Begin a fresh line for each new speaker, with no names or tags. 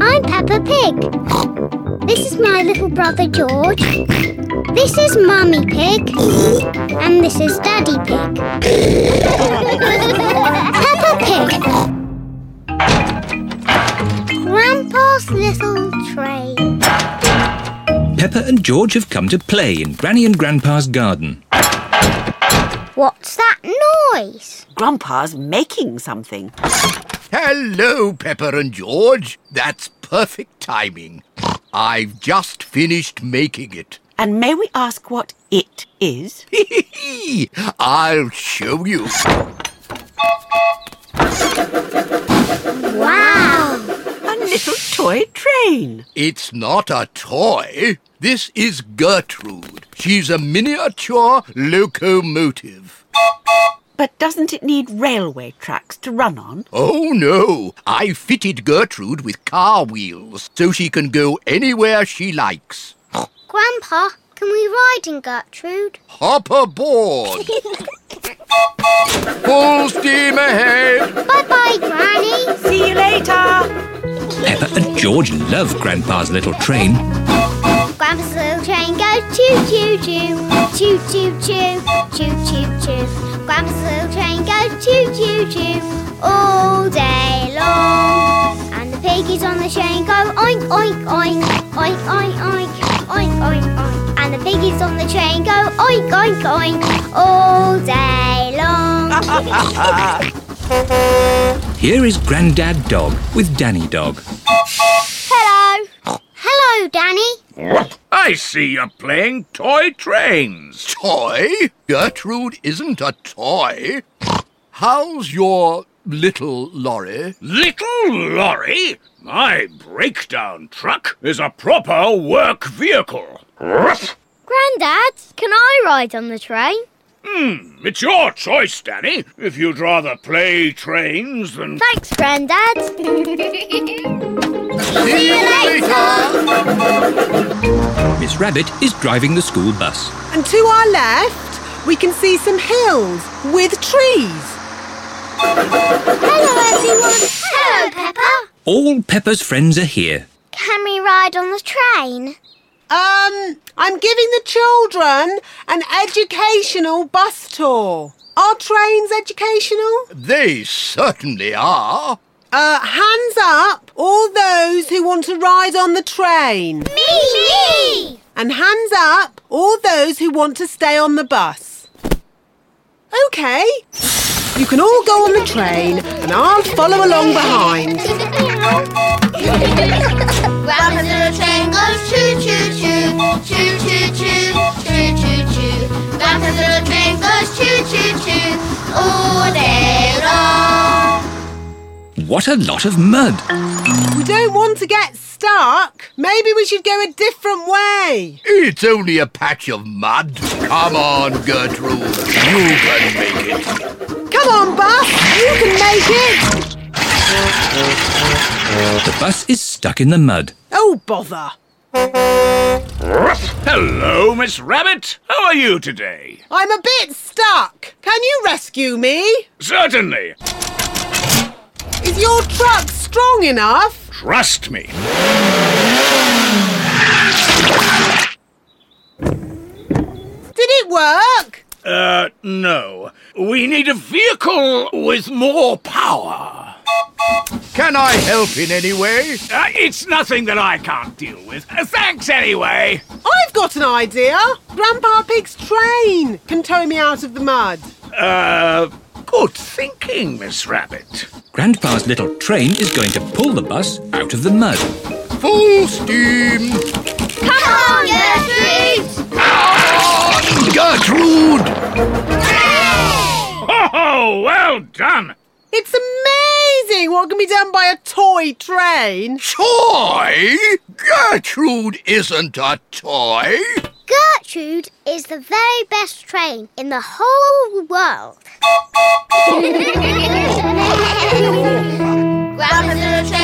I'm Peppa Pig. This is my little brother George. This is Mummy Pig. And this is Daddy Pig. Peppa Pig. Grandpa's little train.
Pepper and George have come to play in Granny and Grandpa's garden.
What's that noise?
Grandpa's making something.
Hello, Pepper and George. That's perfect timing. I've just finished making it.
And may we ask what it is?
I'll show you.
Wow.
A little toy train.
It's not a toy. This is Gertrude. She's a miniature locomotive.
But doesn't it need railway tracks to run on?
Oh no! I fitted Gertrude with car wheels so she can go anywhere she likes.
Grandpa, can we ride in Gertrude?
Hop aboard! Full steam ahead!
Bye bye, Granny.
See you later.
Pepper and George love Grandpa's little train.
Grandpa's little train goes choo choo choo, choo choo choo, choo choo choo. Grandpa's little train goes choo choo choo all day long. And the piggies on the train go oink oink oink, oink oink oink, oink oink oink. And the piggies on the train go oink oink oink all day long.
Here is Grandad Dog with Danny Dog.
Hello. Hello, Danny.
I see you're playing toy trains.
Toy? Gertrude isn't a toy. How's your little lorry?
Little lorry? My breakdown truck is a proper work vehicle.
Grandad, can I ride on the train?
It's your choice, Danny, if you'd rather play trains than.
Thanks, Grandad.
See you later!
Miss Rabbit is driving the school bus.
And to our left, we can see some hills with trees.
Hello, everyone. Hello, Peppa.
All Pepper's friends are here.
Can we ride on the train?
Um, I'm giving the children an educational bus tour. Are trains educational?
They certainly are.
Uh, hands up, all those who want to ride on the train.
Me, me.
And hands up, all those who want to stay on the bus. Okay. You can all go on the train and I'll follow along behind.
Grandma's little train goes choo choo choo, choo choo choo, choo choo choo. Grandma's little train goes choo choo choo all day long.
What a lot of mud!
We don't want to get stuck. Maybe we should go a different way.
It's only a patch of mud. Come on, Gertrude. You can make it.
Come on, bus. You can make it.
The bus is stuck in the mud.
Oh, bother.
Hello, Miss Rabbit. How are you today?
I'm a bit stuck. Can you rescue me?
Certainly.
Is your truck strong enough?
Trust me.
Did it work?
Uh, no. We need a vehicle with more power.
Can I help in any way?
Uh, it's nothing that I can't deal with. Uh, thanks anyway.
I've got an idea. Grandpa Pig's train can tow me out of the mud.
Uh, good thinking, Miss Rabbit.
Grandpa's little train is going to pull the bus out of the mud.
Full steam.
Come on, Gertrude.
Gertrude!
Oh, ho, well done.
It's amazing what can be done by a toy train.
Toy? Gertrude isn't a toy.
Gertrude is the very best train in the whole world. Grandma's little